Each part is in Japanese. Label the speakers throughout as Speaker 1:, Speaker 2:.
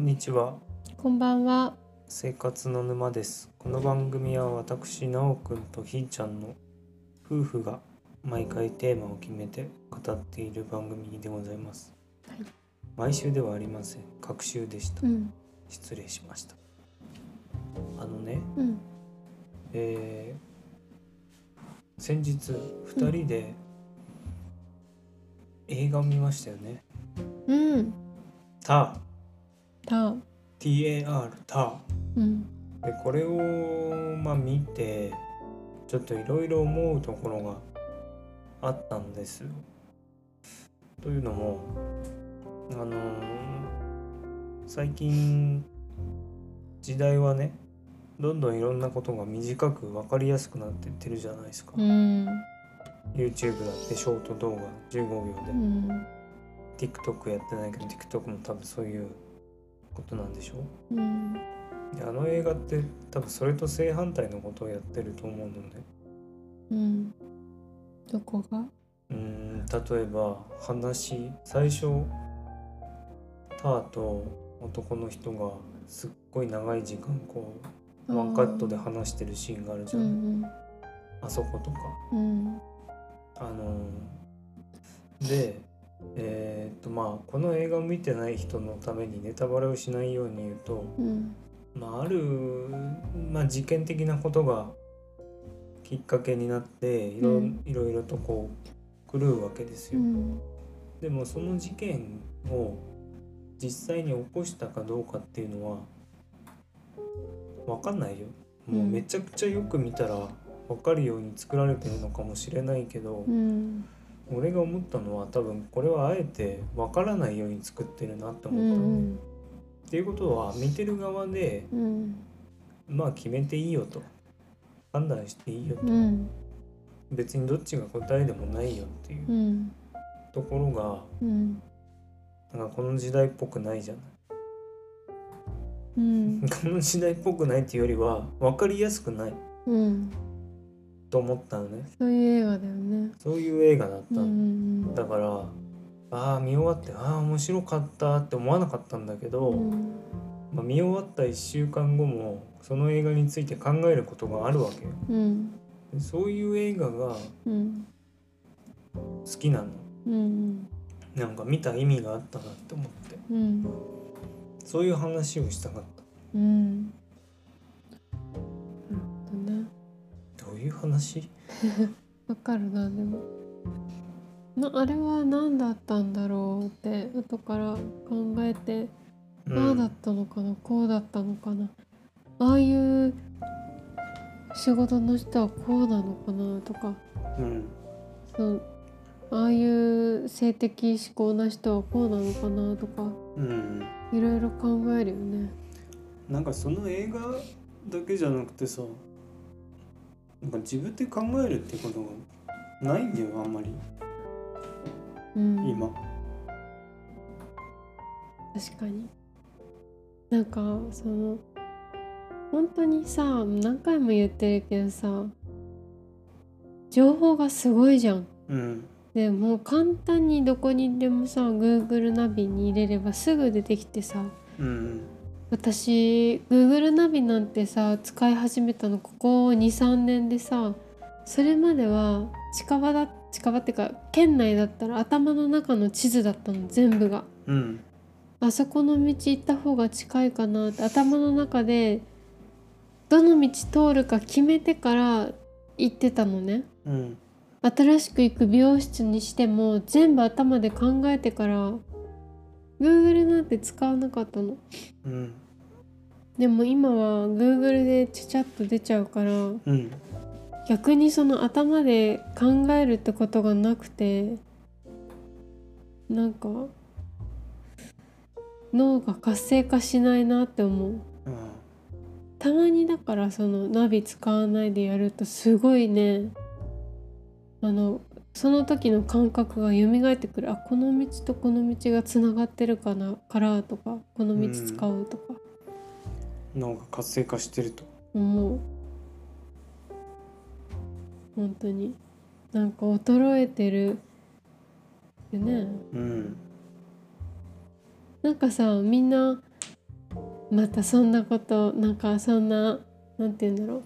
Speaker 1: にちは
Speaker 2: こんばんは。
Speaker 1: 生活の沼ですこの番組は私なおくんとひーちゃんの夫婦が毎回テーマを決めて語っている番組でございます、
Speaker 2: はい
Speaker 1: 毎週ではありません隔週でした
Speaker 2: うん。
Speaker 1: 失礼しましたあのね
Speaker 2: うん。
Speaker 1: えー先日2人で映画を見ましたよね
Speaker 2: うん。
Speaker 1: タ
Speaker 2: た。
Speaker 1: ー TAR ター
Speaker 2: うん。
Speaker 1: でこれをまあ見てちょっといろいろ思うところがあったんですよ。というのもあのー最近時代はねどんどんいろんなことが短く分かりやすくなってってるじゃないですか、
Speaker 2: うん。
Speaker 1: YouTube だってショート動画15秒
Speaker 2: うん。うん。
Speaker 1: で、TikTok やってないけど TikTok も多分そういうことなんでしょう
Speaker 2: うん。
Speaker 1: であの映画って多分それと正反対のことをやってると思うので
Speaker 2: うん。どこが。
Speaker 1: うーん例えば話最初ターと男の人がすっごい長い時間こうワンカットで
Speaker 2: あー
Speaker 1: 話してるシーンがあるじ
Speaker 2: う
Speaker 1: ゃん、
Speaker 2: ん。
Speaker 1: あそことか
Speaker 2: うん。
Speaker 1: あのーでえーっとまあこの映画を見てない人のためにネタバレをしないように言うと、
Speaker 2: うん。
Speaker 1: まあ、ある、まあ、事件的なことがきっかけになっていろ,、
Speaker 2: うん
Speaker 1: いろいろとこう狂うわけです
Speaker 2: う
Speaker 1: よ、
Speaker 2: ん。
Speaker 1: でもその事件を実際に起こしたかどうかっていうのは分かんないよもううんめちゃくちゃよく見たら分かるように作られてるのかもしれないけど
Speaker 2: う、ん。
Speaker 1: 俺が思ったのは多分これはあえて分からないように作ってるなって
Speaker 2: う
Speaker 1: 思ったの、っ
Speaker 2: ん。
Speaker 1: ていうことは見てる側で
Speaker 2: うん。
Speaker 1: まあ決めていいよと判断していいよと
Speaker 2: うん。
Speaker 1: 別にどっちが答えでもないよっていう
Speaker 2: うん。
Speaker 1: ところが
Speaker 2: うん。
Speaker 1: なんかこの時代っぽくないじゃない
Speaker 2: うん。
Speaker 1: この時代っぽくないっていうよりは分かりやすくない
Speaker 2: うん。
Speaker 1: と思ったのね
Speaker 2: そういう映画だよね。
Speaker 1: そういう映画だったの、
Speaker 2: うん。
Speaker 1: だからああ見終わってああ面白かったって思わなかったんだけど、
Speaker 2: うん。
Speaker 1: まあ、見終わった1週間後もその映画について考えることがあるわけよ
Speaker 2: うん。
Speaker 1: でそういう映画が好
Speaker 2: うん。
Speaker 1: きなの
Speaker 2: うん。
Speaker 1: なんか見た意味があったなって思って
Speaker 2: うん。
Speaker 1: そういう話をしたかっ
Speaker 2: うん。なるほどね。
Speaker 1: たどういう話
Speaker 2: わかるなでもなあれは何だったんだろうって後から考えて、
Speaker 1: う
Speaker 2: ああだっ
Speaker 1: ん
Speaker 2: たのかなこうだったのかなああいう仕事の人はこうなのかなとか
Speaker 1: うん
Speaker 2: そのああいう性的思考な人はこうなのかなとか
Speaker 1: うん
Speaker 2: いろいろ考えるよね。
Speaker 1: なんかその映画だけじゃなくてさなんか自分で考えるってことがないんだよあんまり
Speaker 2: うん、
Speaker 1: 今
Speaker 2: 確かになんかその本当にさ何回も言ってるけどさ情報がすごいじゃん。
Speaker 1: うん
Speaker 2: でもう簡単にどこにでもさ Google ナビに入れればすぐ出てきてさ
Speaker 1: うん
Speaker 2: 私 Google ナビなんてさ使い始めたのここ23年でさそれまでは近場だ近場ってか県内だったら頭の中の地図だったの全部が。
Speaker 1: うん
Speaker 2: あそこの道行った方が近いかなって頭の中でどの道通るか決めてから行ってたのね
Speaker 1: うん
Speaker 2: 新しく行く美容室にしても全部頭で考えてから Google なんて使わなかったの
Speaker 1: うん
Speaker 2: でも今は Google でちゃちゃっと出ちゃうから
Speaker 1: うん
Speaker 2: 逆にその頭で考えるってことがなくてなんか脳が活性化しないなって思うたまにだからそのナビ使わないでやるとすごいねあのその時の感覚が蘇ってくるあこの道とこの道がつながってるかなからとかこの道使おうとか
Speaker 1: 脳が活性化してると
Speaker 2: 思う本当になんか衰えてるよね
Speaker 1: うん
Speaker 2: なんかさみんなまたそんなことなんかそんななんて言うんだろ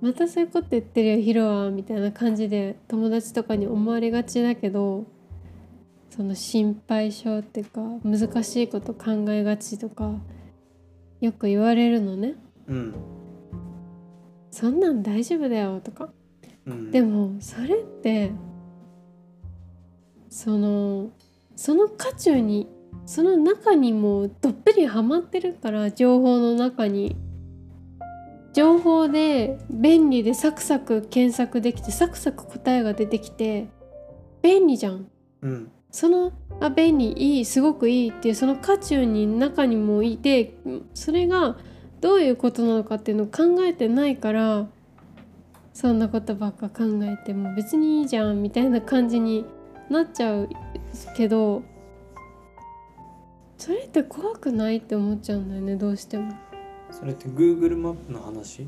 Speaker 2: うまたそういうこと言ってるよヒロはみたいな感じで友達とかに思われがちだけどその心配性っていうか難しいこと考えがちとかよく言われるのね
Speaker 1: うん
Speaker 2: 「そんなん大丈夫だよ」とか
Speaker 1: うん
Speaker 2: でもそれってそのその渦中にその中にもうどっぷりはまってるから情報の中に情報で便利でサクサク検索できてサクサク答えが出てきて便利じゃん
Speaker 1: うん
Speaker 2: そのあ便利いいすごくいいっていうその渦中に中にもいてそれがどういうことなのかっていうのを考えてないからそんなことばっか考えても別にいいじゃんみたいな感じになっちゃうけどそれって怖くないって思っちゃうんだよねどうしても。
Speaker 1: それって Google マップの話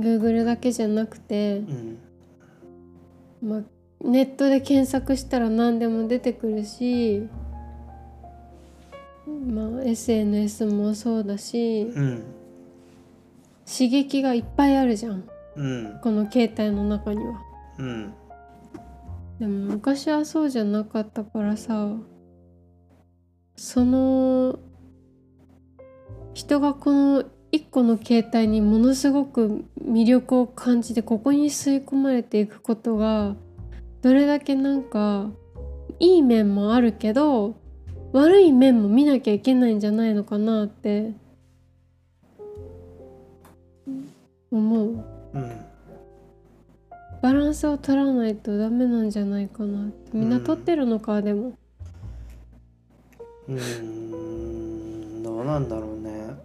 Speaker 2: Google だけじゃなくて、
Speaker 1: うん
Speaker 2: まあ、ネットで検索したら何でも出てくるし、まあ、SNS もそうだし
Speaker 1: うん
Speaker 2: 刺激がいっぱいあるじゃん
Speaker 1: うん
Speaker 2: この携帯の中には。
Speaker 1: うん
Speaker 2: でも昔はそうじゃなかったからさその人がこの一個の携帯にものすごく魅力を感じてここに吸い込まれていくことがどれだけなんかいい面もあるけど悪い面も見なきゃいけないんじゃないのかなって思う。
Speaker 1: うん
Speaker 2: バランスを取らないとダメなんじゃないかなってみんな取ってるのか、でも
Speaker 1: うーんどうなんだろうね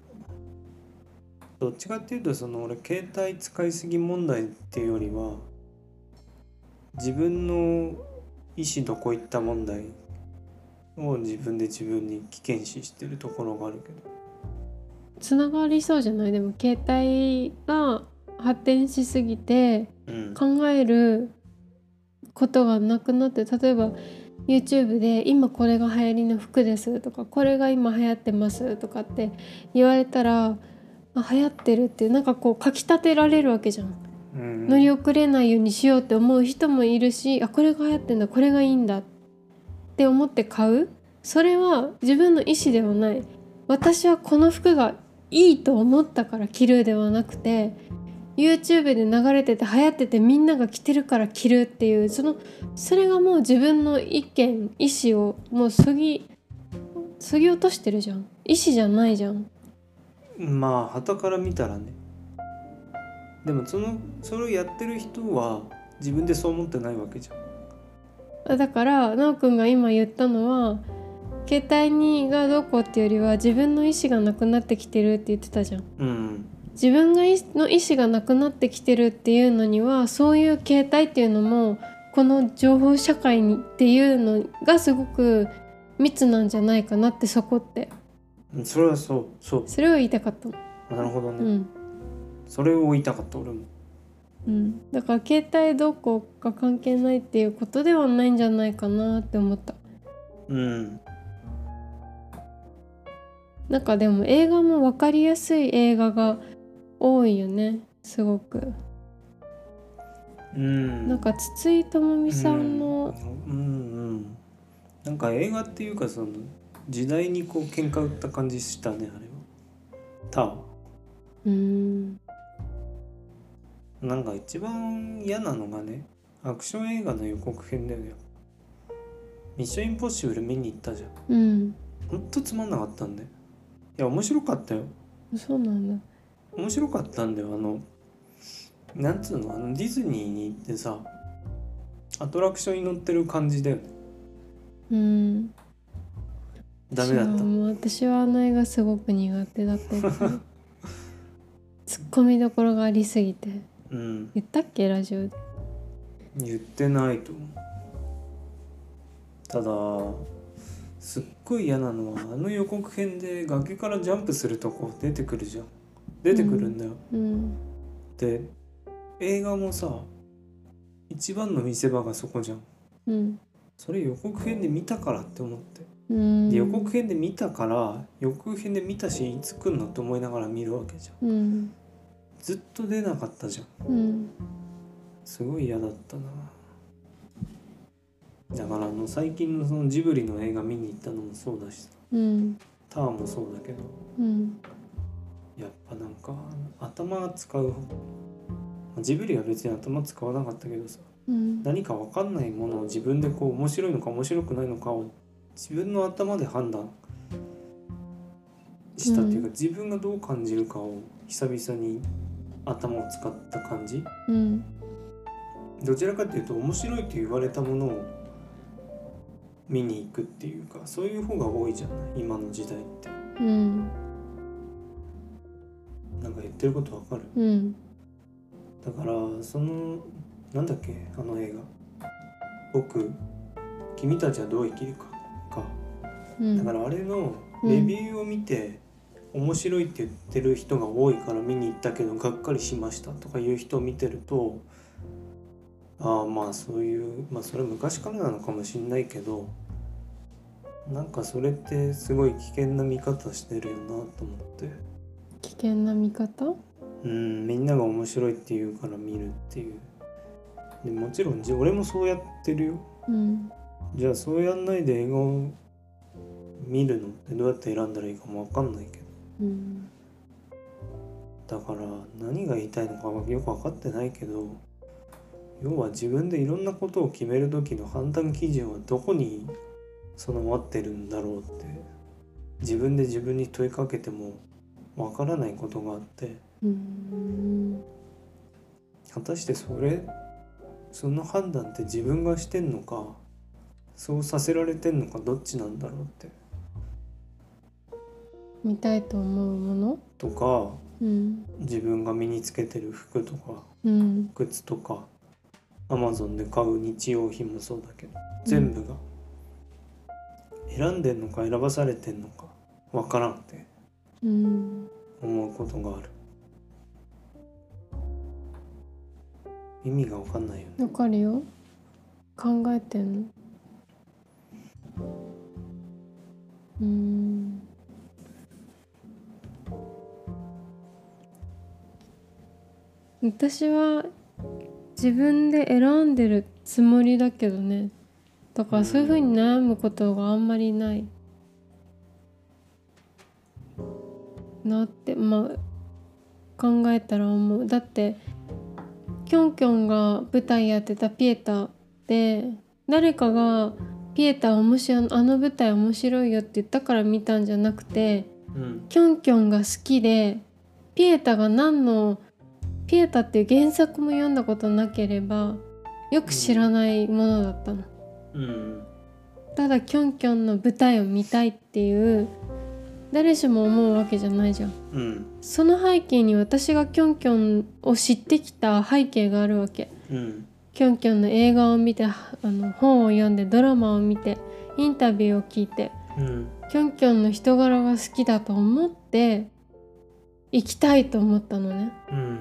Speaker 1: どっちかっていうとその俺携帯使いすぎ問題っていうよりは自分の意思どこ行った問題を自分で自分に危険視してるところがあるけど
Speaker 2: つながりそうじゃないでも携帯が発展しすぎて
Speaker 1: うん
Speaker 2: 考えることがなくなって例えば YouTube で「今これが流行りの服です」とか「これが今流行ってます」とかって言われたら「あ流行ってる」ってなんかこうかきたてられるわけじゃん。
Speaker 1: うん
Speaker 2: 乗り遅れないようにしようって思う人もいるしあこれが流行ってんだこれがいいんだって思って買うそれは自分の意思ではない私はこの服がいいと思ったから着るではなくて YouTube で流れてて流行っててみんなが着てるから着るっていうそのそれがもう自分の意見意思をもうそぎそぎ落としてるじゃん意思じゃないじゃん
Speaker 1: まあ傍から見たらねでもそのそれをやってる人は自分でそう思ってないわけじゃん
Speaker 2: だからなおくんが今言ったのは携帯にがどうこうっていうよりは自分の意思がなくなってきてるって言ってたじゃん
Speaker 1: うん
Speaker 2: 自分がいの意思がなくなってきてるっていうのにはそういう携帯っていうのもこの情報社会にっていうのがすごく密なんじゃないかなってそこって
Speaker 1: それはそうそう
Speaker 2: それを言いたかったの、
Speaker 1: なるほどね、
Speaker 2: うん
Speaker 1: それを言いたかった俺も
Speaker 2: うん、だから携帯どうこうが関係ないっていうことではないんじゃないかなって思った
Speaker 1: うん
Speaker 2: なんかでも映画も分かりやすい映画が多いよねすごく
Speaker 1: うん
Speaker 2: なんか筒井智美さんの
Speaker 1: うんうんうんなんか映画っていうかその時代にこう喧嘩売った感じしたねあれはタワ
Speaker 2: うん
Speaker 1: ーなんか一番嫌なのがねアクション映画の予告編だよねミッションインポッシブル見に行ったじゃん
Speaker 2: うん
Speaker 1: ほんとつまんなかったんでいや面白かったよ
Speaker 2: そうなんだ
Speaker 1: 面白かったんだよあのなんつうのあのディズニーに行ってさアトラクションに乗ってる感じだよね
Speaker 2: うん
Speaker 1: ダメだっ
Speaker 2: 私は
Speaker 1: た
Speaker 2: もう私はあの映画すごく苦 手だったよねツッコミどころがありすぎて
Speaker 1: うん
Speaker 2: 言ったっけラジオで
Speaker 1: 言ってないと思うただすっごい嫌なのはあの予告編で崖からジャンプするとこ出てくるじゃん出てくるんだよ、
Speaker 2: うん
Speaker 1: で映画もさ一番の見せ場がそこじゃん
Speaker 2: うん
Speaker 1: それ予告編で見たからって思って
Speaker 2: うん
Speaker 1: で予告編で見たから予告編で見たしいつ来んのって思いながら見るわけじゃん
Speaker 2: うん
Speaker 1: ずっと出なかったじゃん
Speaker 2: うん
Speaker 1: すごい嫌だったなだからあの最近のそのジブリの映画見に行ったのもそうだし
Speaker 2: うん
Speaker 1: ターンもそうだけど
Speaker 2: うん
Speaker 1: やっぱなんか頭使うジブリは別に頭使わなかったけどさ
Speaker 2: うん
Speaker 1: 何か分かんないものを自分でこう面白いのか面白くないのかを自分の頭で判断したっていうか、
Speaker 2: う
Speaker 1: 自分がどう感じるかを久々に頭を使った感じ
Speaker 2: うん
Speaker 1: どちらかというと面白いと言われたものを見に行くっていうかそういう方が多いじゃない今の時代って
Speaker 2: うん
Speaker 1: なんか言ってることわかる
Speaker 2: うん
Speaker 1: だからそのなんだっけあの映画僕君たちはどう生きるかか
Speaker 2: うん
Speaker 1: だからあれのレビューを見て、面白いって言ってる人が多いから見に行ったけどがっかりしましたとかいう人を見てるとああまあそういうまあそれは昔からなのかもしんないけどなんかそれってすごい危険な見方してるよなと思って
Speaker 2: 危険な見方
Speaker 1: うんみんなが面白いって言うから見るっていうでもちろんじ俺もそうやってるよ
Speaker 2: うん
Speaker 1: じゃあそうやんないで映画を見るのってどうやって選んだらいいかも分かんないけど
Speaker 2: うん
Speaker 1: だから何が言いたいのかはよく分かってないけど要は自分でいろんなことを決める時の判断基準はどこに備わってるんだろうって自分で自分に問いかけても分からないことがあって
Speaker 2: うん
Speaker 1: 果たしてそれその判断って自分がしてんのかそうさせられてんのかどっちなんだろうって
Speaker 2: 見たいと思うもの
Speaker 1: とか
Speaker 2: うん
Speaker 1: 自分が身につけてる服とか
Speaker 2: うん
Speaker 1: 靴とか Amazon で買う日用品もそうだけど全部が選んでんのか選ばされてんのかわからんって
Speaker 2: うん
Speaker 1: 思うことがある意味がわかんないよね
Speaker 2: わかるよ考えてんのうん私は自分で選んでるつもりだけどねだからそういうふうに悩むことがあんまりないなってまあ考えたら思うだってキョンキョンが舞台やってたピエタで誰かがピエタ面白いあの舞台面白いよって言ったから見たんじゃなくて
Speaker 1: うん
Speaker 2: キョンキョンが好きでピエタが何のピエタっていう原作も読んだことなければよく知らないものだったの。
Speaker 1: うん
Speaker 2: ただキョンキョンの舞台を見たいっていう誰しも思うわけじゃないじゃん。
Speaker 1: うん
Speaker 2: その背景に私がキョンキョンを知ってきた背景があるわけ。
Speaker 1: うん
Speaker 2: キョンキョンの映画を見てあの本を読んでドラマを見てインタビューを聞いて
Speaker 1: うん
Speaker 2: キョンキョンの人柄が好きだと思って行きたいと思ったのね。
Speaker 1: うん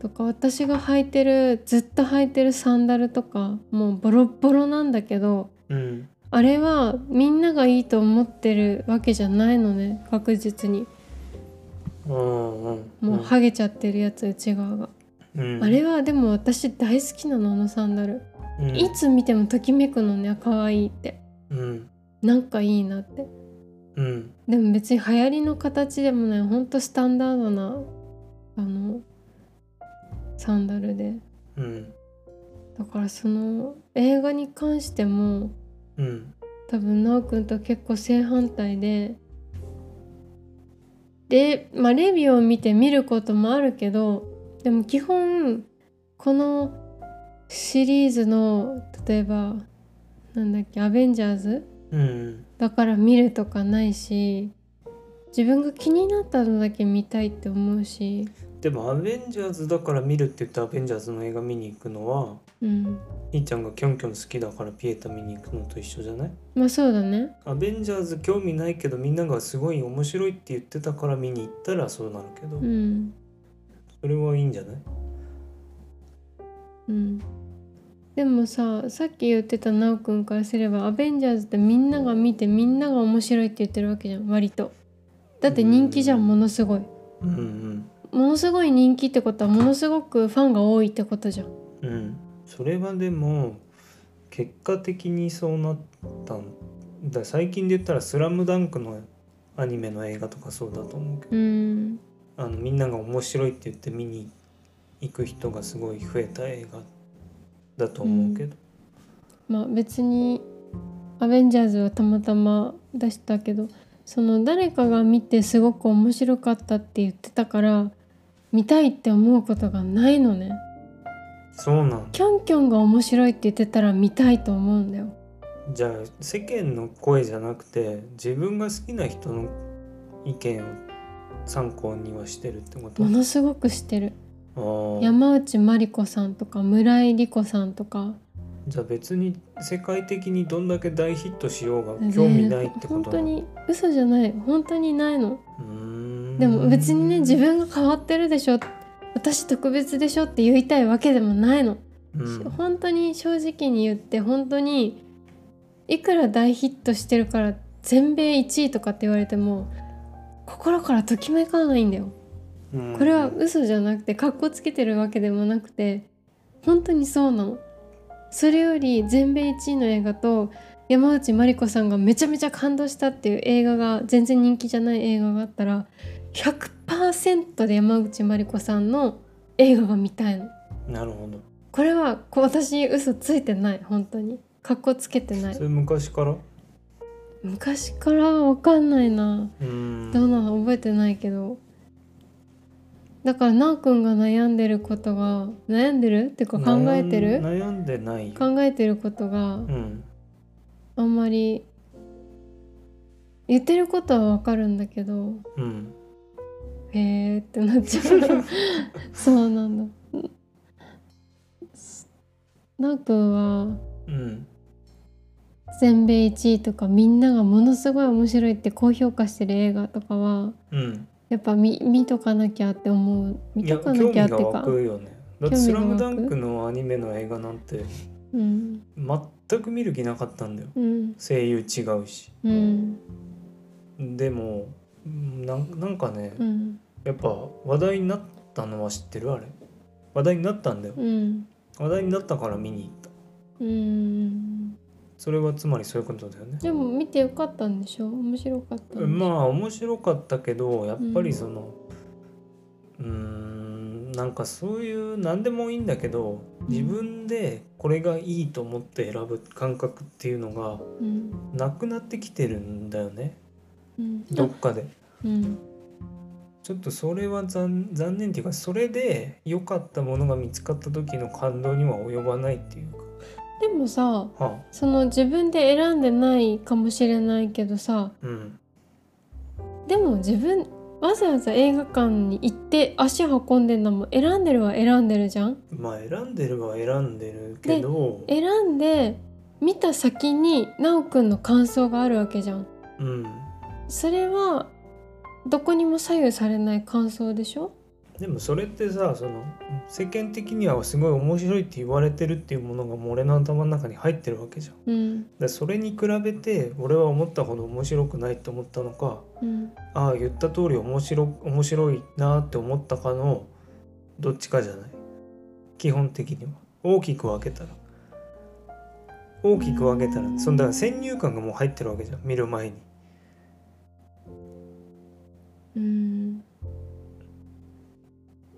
Speaker 2: とか私が履いてるずっと履いてるサンダルとかもうボロッボロなんだけど
Speaker 1: うん
Speaker 2: あれはみんながいいと思ってるわけじゃないのね確実に
Speaker 1: うん
Speaker 2: もうハゲちゃってるやつ内側が、
Speaker 1: うん
Speaker 2: あれはでも私大好きなのあのサンダル、
Speaker 1: うん
Speaker 2: いつ見てもときめくのね可愛いって
Speaker 1: うん
Speaker 2: なんかいいなって
Speaker 1: うん
Speaker 2: でも別に流行りの形でもないほんとスタンダードなあのサンダルで
Speaker 1: うん
Speaker 2: だからその映画に関しても
Speaker 1: うん
Speaker 2: 多分奈くんと結構正反対ででまあレビューを見て見ることもあるけどでも基本このシリーズの例えばなんだっけ「アベンジャーズ」
Speaker 1: うん
Speaker 2: だから見るとかないし自分が気になったのだけ見たいって思うし
Speaker 1: でも「アベンジャーズ」だから見るって言って「アベンジャーズ」の映画見に行くのは
Speaker 2: うん
Speaker 1: 兄ちゃんがキョンキョン好きだからピエタ見に行くのと一緒じゃない
Speaker 2: まあそうだね
Speaker 1: アベンジャーズ興味ないけどみんながすごい面白いって言ってたから見に行ったらそうなるけど、
Speaker 2: うん
Speaker 1: それはいいんじゃない
Speaker 2: うんでもささっき言ってたなおくんからすれば「アベンジャーズ」ってみんなが見てみんなが面白いって言ってるわけじゃん割とだって人気じゃ
Speaker 1: うん
Speaker 2: んものすごい
Speaker 1: うん
Speaker 2: ものすごい人気ってことはものすごくファンが多いってことじゃん
Speaker 1: うんうんそれはでも結果的にそうなったんだ最近で言ったら「スラムダンクのアニメの映画とかそうだと思うけど
Speaker 2: うん
Speaker 1: あのみんなが面白いって言って見に行く人がすごい増えた映画だと思うけど、
Speaker 2: まあ別に「アベンジャーズ」はたまたま出したけどその誰かが見てすごく面白かったって言ってたから見たいって思うことがないのね
Speaker 1: そうなん
Speaker 2: キョンキョンが面白いって言ってたら見たいと思うんだよ
Speaker 1: じゃあ世間の声じゃなくて自分が好きな人の意見を参考にはしてるってこと
Speaker 2: ものすごくしてる
Speaker 1: あー
Speaker 2: 山内まりこさんとか村井理子さんとか
Speaker 1: じゃあ別に世界的にどんだけ大ヒットしようが興味ないってこ
Speaker 2: 本
Speaker 1: と
Speaker 2: 当
Speaker 1: なの
Speaker 2: に嘘じゃない本当にないの
Speaker 1: うーん
Speaker 2: でも別にね自分が変わってるでしょ私特別でしょって言いたいわけでもないの、
Speaker 1: うん
Speaker 2: 本当に正直に言って本当にいくら大ヒットしてるから全米1位とかって言われても心からときめかないんだよ
Speaker 1: うん
Speaker 2: これは嘘じゃなくてかっこつけてるわけでもなくて本当にそうなのそれより全米1位の映画と山内まりこさんがめちゃめちゃ感動したっていう映画が全然人気じゃない映画があったら100%で山内まりこさんの映画が見たいの
Speaker 1: なるほど
Speaker 2: これはこう私嘘ついてない本当にかっこつけてない
Speaker 1: それ昔からう
Speaker 2: 昔からは分かんないな
Speaker 1: ーん
Speaker 2: どうなの覚えてないけどだからなおくんが悩んでることが悩んでるっていうか考えて
Speaker 1: 悩ん悩
Speaker 2: る
Speaker 1: んでないよ
Speaker 2: 考えてることが
Speaker 1: うん
Speaker 2: あんまり言ってることはわかるんだけど
Speaker 1: うん
Speaker 2: へーってなっちゃ うそうなんだなおくんは
Speaker 1: うん
Speaker 2: 全米1位とかみんながものすごい面白いって高評価してる映画とかは
Speaker 1: うん
Speaker 2: やっぱ見見とかなきゃって思う見
Speaker 1: いや興
Speaker 2: とかな
Speaker 1: 味
Speaker 2: きゃっ
Speaker 1: が
Speaker 2: て
Speaker 1: 湧
Speaker 2: か
Speaker 1: くよねだって「ス
Speaker 2: 興味
Speaker 1: ラ
Speaker 2: が湧く
Speaker 1: ムダンクのアニメの映画なんて
Speaker 2: うん
Speaker 1: 全く見る気なかったんだよ
Speaker 2: うん
Speaker 1: 声優違うし
Speaker 2: うん
Speaker 1: でもうんなんなんかね、
Speaker 2: うん
Speaker 1: やっぱ話題になったのは知ってるあれ話題になったんだよ
Speaker 2: うん
Speaker 1: 話題になったから見に行った
Speaker 2: うん
Speaker 1: それはつまりそういうことだよね
Speaker 2: でも見てよかったんでしょ面白かったんでしょ
Speaker 1: まあ面白かったけどやっぱりそのうーんなんかそういう何でもいいんだけど自分でこれがいいと思って選ぶ感覚っていうのが
Speaker 2: うん
Speaker 1: なくなってきてるんだよね
Speaker 2: うん
Speaker 1: どっかで
Speaker 2: うん
Speaker 1: ちょっとそれは残残念っていうかそれで良かったものが見つかった時の感動には及ばないっていう
Speaker 2: でもさ
Speaker 1: かはあ
Speaker 2: その自分で選んでないかもしれないけどさ
Speaker 1: うん
Speaker 2: でも自分わざわざ映画館に行って足運んでんのも選んでるは選んでるじゃん
Speaker 1: まあ選んでるは選んでるけど
Speaker 2: 選んで見た先になおくんの感想があるわけじゃん
Speaker 1: うん
Speaker 2: それはどこにも左右されない感想でしょ
Speaker 1: でもそれってさその世間的にはすごい面白いって言われてるっていうものがもう俺の頭の中に入ってるわけじゃんだか
Speaker 2: うん
Speaker 1: らそれに比べて俺は思ったほど面白くないと思ったのか
Speaker 2: うん
Speaker 1: ああ言った通り面白面白いなって思ったかのどっちかじゃない基本的には大きく分けたら大きく分けたらそんだから先入観がもう入ってるわけじゃん見る前に
Speaker 2: うん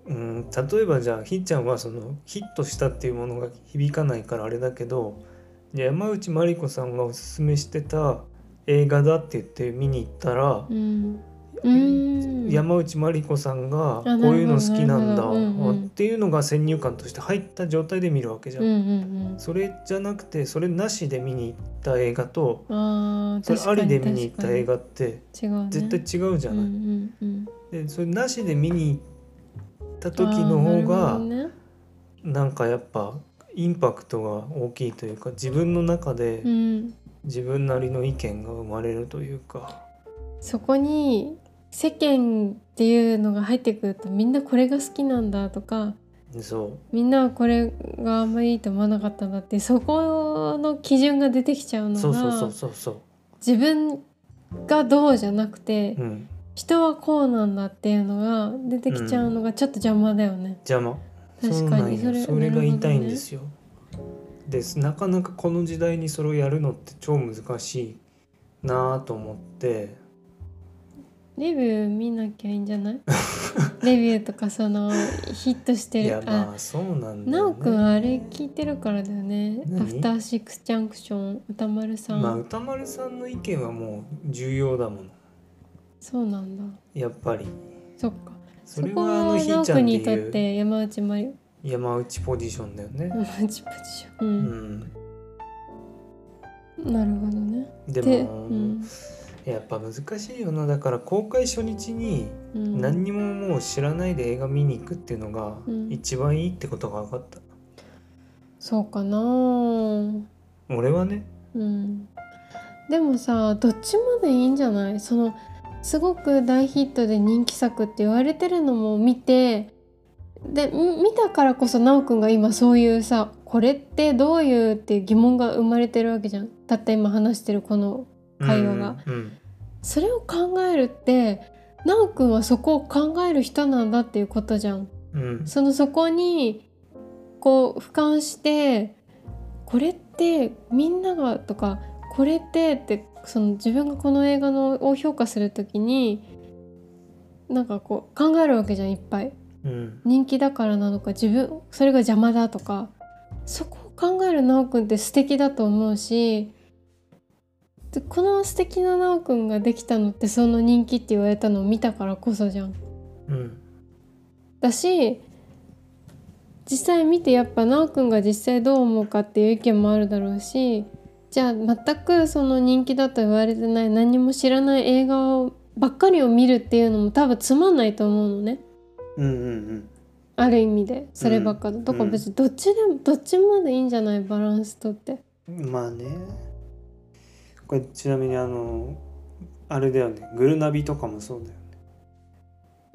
Speaker 1: うん例えばじゃあひっちゃんはそのヒットしたっていうものが響かないからあれだけどじゃあ山内まりこさんがおすすめしてた映画だって言って見に行ったら
Speaker 2: う、んうん
Speaker 1: 山内まりこさんが
Speaker 2: あ
Speaker 1: こういうの好きなんだ、
Speaker 2: なるほどうんうん
Speaker 1: っていうのが先入観として入った状態で見るわけじゃ
Speaker 2: うん
Speaker 1: ん、
Speaker 2: うん
Speaker 1: それじゃなくてそれなしで見に行った映画と
Speaker 2: うんあー
Speaker 1: それあ
Speaker 2: 確か
Speaker 1: り
Speaker 2: に
Speaker 1: で見に行った映画って
Speaker 2: 確かに違う、ね、
Speaker 1: 絶対違うじゃ
Speaker 2: う
Speaker 1: ない、
Speaker 2: んうんうん、
Speaker 1: でそれなしで見に行った時の方
Speaker 2: あーなるほど
Speaker 1: が
Speaker 2: ね
Speaker 1: なんかやっぱインパクトが大きいというか自分の中で
Speaker 2: うん、
Speaker 1: 自分なりの意見が生まれるというか、
Speaker 2: そこに世間っていうのが入ってくるとみんなこれが好きなんだとか
Speaker 1: そ
Speaker 2: みんなはこれがあんまりいいと思わなかったんだってそこの基準が出てきちゃう
Speaker 1: う
Speaker 2: の
Speaker 1: そうそうそう
Speaker 2: が
Speaker 1: そうそ
Speaker 2: 自分がどうじゃなくて
Speaker 1: う、うん、
Speaker 2: 人はこうなんだっていうのが出てきちゃうのがちょっと邪魔だよね。
Speaker 1: 邪魔
Speaker 2: 確かに
Speaker 1: そうなんよ
Speaker 2: そ
Speaker 1: それ
Speaker 2: れ
Speaker 1: が言いたいん
Speaker 2: なるほどね
Speaker 1: ですよ、ですなかなかこの時代にそれをやるのって超難しいなぁと思って
Speaker 2: レビュー見なきゃいいんじゃない レビューとかそのヒットして
Speaker 1: いや
Speaker 2: るあ
Speaker 1: まあそうなんだ
Speaker 2: なお
Speaker 1: よ
Speaker 2: く
Speaker 1: ね
Speaker 2: んあれ聞いてるからだよね「
Speaker 1: 何
Speaker 2: アフターシックスジャンクション歌丸さん、
Speaker 1: まあ歌丸さんの意見はもう重要だもの
Speaker 2: そうなんだ
Speaker 1: やっぱり
Speaker 2: そっか
Speaker 1: そ
Speaker 2: そ
Speaker 1: れ
Speaker 2: こ
Speaker 1: はあの
Speaker 2: は
Speaker 1: ひ
Speaker 2: な
Speaker 1: ー
Speaker 2: お
Speaker 1: ちゃ
Speaker 2: く
Speaker 1: ん
Speaker 2: ん
Speaker 1: で
Speaker 2: にとっ
Speaker 1: いう
Speaker 2: て山内まり
Speaker 1: 山内ポジションだよね、
Speaker 2: 山内ポジション、
Speaker 1: う
Speaker 2: うん
Speaker 1: ん、
Speaker 2: なるほどね
Speaker 1: で
Speaker 2: で、
Speaker 1: も、
Speaker 2: うん
Speaker 1: やっぱ難しいよなだから公開初日に
Speaker 2: うん、
Speaker 1: 何にももう知らないで映画見に行くっていうのが
Speaker 2: うん
Speaker 1: 一番いいってことが分かった、
Speaker 2: そうかなぁ
Speaker 1: 俺はね
Speaker 2: うんでもさどっちまでいいんじゃないそのすごく大ヒットで人気作って言われてるのも見てでみ見たからこそ奈くんが今そういうさこれってどういうっていう疑問が生まれてるわけじゃんたった今話してるこの会話が、
Speaker 1: うんうん
Speaker 2: それを考えるって奈くんはそこを考える人なんだっていうことじゃん
Speaker 1: うん
Speaker 2: そのそこにこう俯瞰してこれってみんながとかこれってってその自分がこの映画のを評価するときになんかこう考えるわけじゃんいっぱい
Speaker 1: うん
Speaker 2: 人気だからなのか自分それが邪魔だとかそこを考える奈くんって素敵だと思うしでこの素敵な奈くんができたのってその人気って言われたのを見たからこそじゃん。
Speaker 1: うん
Speaker 2: だし実際見てやっぱ奈くんが実際どう思うかっていう意見もあるだろうしじゃあ全くその人気だと言われてない何も知らない映画をばっかりを見るっていうのも多分つまんないと思うのね
Speaker 1: うんうん
Speaker 2: ある意味でそればっかだ
Speaker 1: うん
Speaker 2: とから別にどっちでもどっちまでいいんじゃないバランスとって
Speaker 1: うんまあねこれちなみにあのあれだよねグルナビとかもそうだよね、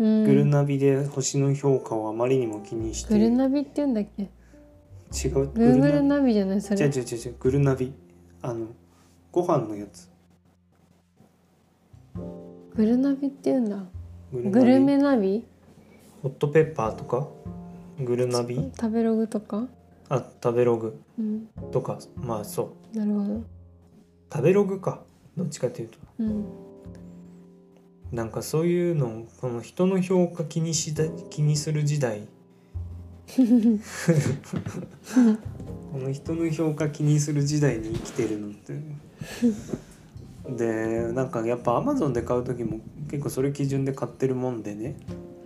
Speaker 2: うん
Speaker 1: グルナビで星の評価をあまりにも気にして
Speaker 2: グルナビって言うんだっけ
Speaker 1: 違うグルナ
Speaker 2: Google ナビじゃないそ
Speaker 1: ビ違う
Speaker 2: れ
Speaker 1: 違う違う違うグルナビあのご飯のやつ
Speaker 2: グルナビって言うんだ
Speaker 1: グナビ
Speaker 2: グルメナビ
Speaker 1: ホットペッパーとかグルナビ
Speaker 2: 食べログとか
Speaker 1: あ食べログ
Speaker 2: うん
Speaker 1: とかまあそう
Speaker 2: なるほど
Speaker 1: 食べログかどっちかっていうと
Speaker 2: うん
Speaker 1: なんかそういうのこの人の評価気にしだ気にする時 代この人の評価気にする時代に生きてるのってでなんかやっぱアマゾンで買う時も結構それ基準で買ってるもんでね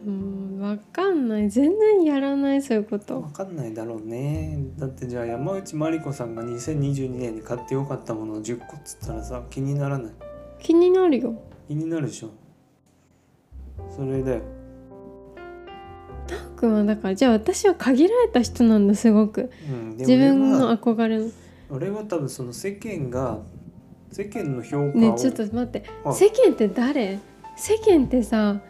Speaker 2: うん、わかんない全然やらないそういうこと
Speaker 1: 分かんないだろうねだってじゃあ山内まりこさんが2022年に買ってよかったものを10個っつったらさ気にならない
Speaker 2: 気になるよ
Speaker 1: 気になるでしょそれだよ
Speaker 2: たくんはだからじゃあ私は限られた人なんだすごく
Speaker 1: うん、で
Speaker 2: 自分
Speaker 1: 俺は
Speaker 2: の憧れの
Speaker 1: 俺は多分その世間が世間の評価を、
Speaker 2: ねちょっと待って
Speaker 1: あ
Speaker 2: 世間って誰世間ってさ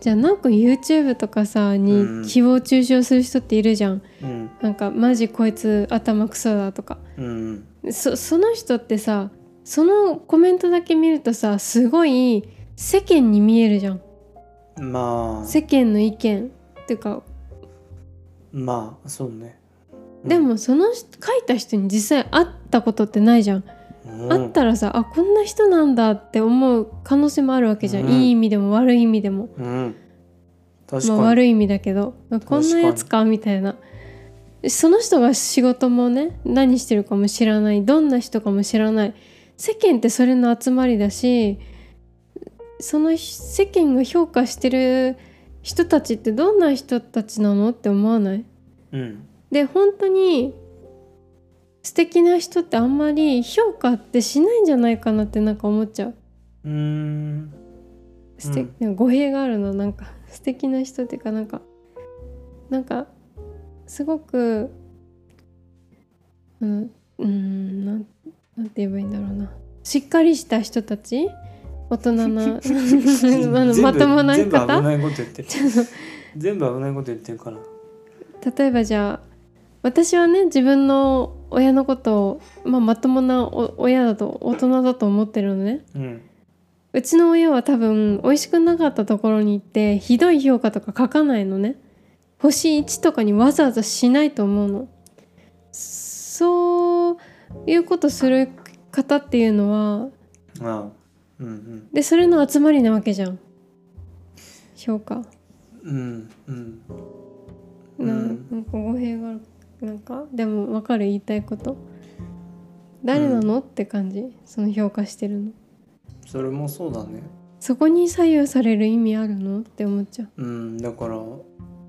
Speaker 2: じゃあなんか YouTube とかさに
Speaker 1: うん
Speaker 2: 誹謗中傷する人っているじゃん、
Speaker 1: うん
Speaker 2: なんかマジこいつ頭クソだとか
Speaker 1: うん
Speaker 2: そその人ってさそのコメントだけ見るとさすごい世間に見えるじゃん
Speaker 1: まあ
Speaker 2: 世間の意見っていうか
Speaker 1: まあそうねうん
Speaker 2: でもその人書いた人に実際会ったことってないじゃん、
Speaker 1: うん
Speaker 2: 会ったらさあこんな人なんだって思う可能性もあるわけじゃん、
Speaker 1: うん
Speaker 2: いい意味でも悪い意味でも、
Speaker 1: うん確
Speaker 2: ま
Speaker 1: か
Speaker 2: あ、
Speaker 1: に、
Speaker 2: 悪い意味だけどこん
Speaker 1: 確か
Speaker 2: な
Speaker 1: に
Speaker 2: やつかみたいなその人が仕事もね何してるかも知らないどんな人かも知らない世間ってそれの集まりだしその世間が評価してる人たちってどんな人たちなのって思わない
Speaker 1: うん
Speaker 2: で本当に素敵な人ってあんまり評価ってしないんじゃないかなってなんか思っちゃう
Speaker 1: うーん
Speaker 2: 素敵
Speaker 1: うん、
Speaker 2: でも語弊があるのなんか素敵な人っていうかなんかなんかすごくうんうーんなんなんて言えばいいんだろうなしっかりした人たち大人 な あの
Speaker 1: 全部
Speaker 2: まともな言
Speaker 1: 全部
Speaker 2: い
Speaker 1: 危
Speaker 2: 方
Speaker 1: ないこと言ってる
Speaker 2: ちょっと
Speaker 1: 全部危ないこと言ってるから
Speaker 2: 例えばじゃあ私はね自分の親のことを、まあ、まともなお親だと大人だと思ってるのね
Speaker 1: うん
Speaker 2: うちの親は多分美味しくなかったところに行ってひどい評価とか書かないのね星1とかにわざわざしないと思うのそういうことする方っていうのは
Speaker 1: ああうん
Speaker 2: でそれの集まりなわけじゃん評価
Speaker 1: うんうんうん
Speaker 2: な
Speaker 1: うん
Speaker 2: なんか語弊があるなんかでも分かる言いたいこと誰なの、って感じその評価してるの
Speaker 1: それもそうだね
Speaker 2: そこに左右される意味あるのって思っちゃう
Speaker 1: うんだから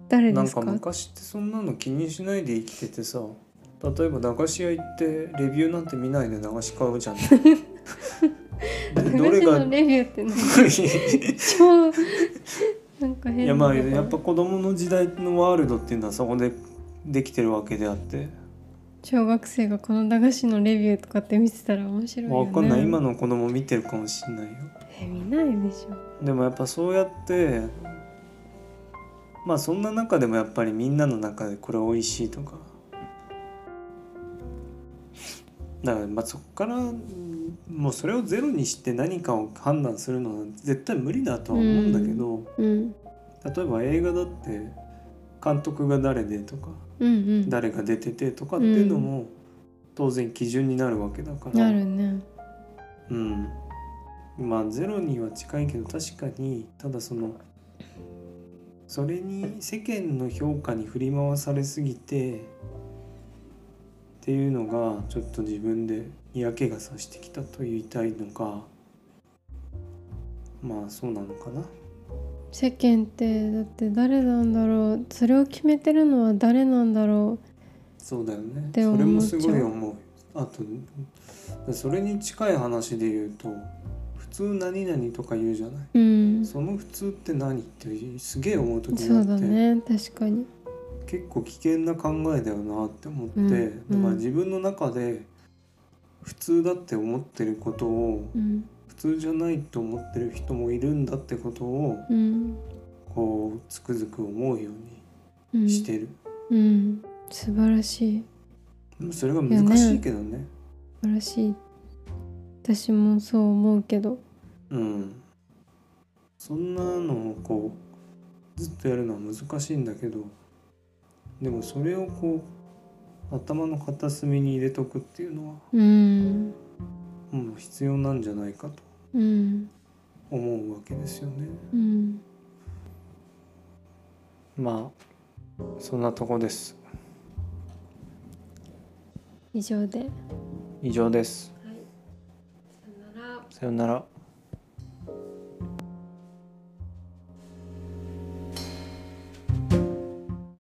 Speaker 2: 誰
Speaker 1: な
Speaker 2: で
Speaker 1: ん
Speaker 2: す
Speaker 1: か
Speaker 2: か
Speaker 1: 昔ってそんなの気にしないで生きててさ例えば駄菓子屋行ってレビューなんて見ないで駄菓子買うじゃ んでどれ
Speaker 2: 昔
Speaker 1: が
Speaker 2: のレビューってなん か
Speaker 1: い
Speaker 2: 超なんか変な
Speaker 1: やまあやっぱ子供の時代のワールドっていうのはそこでできてるわけであって
Speaker 2: 小学生がこの駄菓子のレビューとかって見てたら面白いよね
Speaker 1: わかんない今の子供見てるかもしんないよ
Speaker 2: え見ないでしょ
Speaker 1: でもやっぱそうやってまあそんな中でもやっぱりみんなの中でこれ美味しいとかだからまあそこからうんもうそれをゼロにして何かを判断するのは絶対無理だとは思うんだけど、
Speaker 2: うん
Speaker 1: 例えば映画だって監督が誰でとか
Speaker 2: うんうん
Speaker 1: 誰が出ててとかっていうのも当然基準になるわけだから。
Speaker 2: なるね
Speaker 1: うん、まあゼロには近いけど確かにただそのそれに世間の評価に振り回されすぎてっていうのがちょっと自分で嫌気がさしてきたと言いたいのかまあそうなのかな。
Speaker 2: 世間ってだって誰なんだろうそれを決めてるのは誰なんだろ
Speaker 1: そうだよね
Speaker 2: っ
Speaker 1: そ
Speaker 2: て
Speaker 1: れ
Speaker 2: 思っ
Speaker 1: もすごい
Speaker 2: ちゃう
Speaker 1: 思うあとそれに近い話で言うと普通何々とか言うじゃないう
Speaker 2: うんそ
Speaker 1: その普通って何ってすげえ思う時があ
Speaker 2: う
Speaker 1: って
Speaker 2: だね確かに
Speaker 1: 結構危険な考えだよなって思って、
Speaker 2: うんう
Speaker 1: だ
Speaker 2: ん
Speaker 1: から自分の中で普通だって思ってることを
Speaker 2: うん
Speaker 1: 普通じゃないと思ってる人もいるんだってことを
Speaker 2: うん
Speaker 1: こうつくづく思うよう
Speaker 2: うん
Speaker 1: にしてる、
Speaker 2: うん素晴らしい
Speaker 1: でもそれが難しいけどね
Speaker 2: 素晴らしい私もそう思うけど
Speaker 1: うんそんなのをこうずっとやるのは難しいんだけどでもそれをこう頭の片隅に入れとくっていうのは
Speaker 2: うん
Speaker 1: もう必要なんじゃないかと
Speaker 2: うん
Speaker 1: 思うわけですよね。
Speaker 2: うん
Speaker 1: まあそんなとこです。
Speaker 2: 以上で
Speaker 1: 以上です。
Speaker 2: さよなら
Speaker 1: さようなら。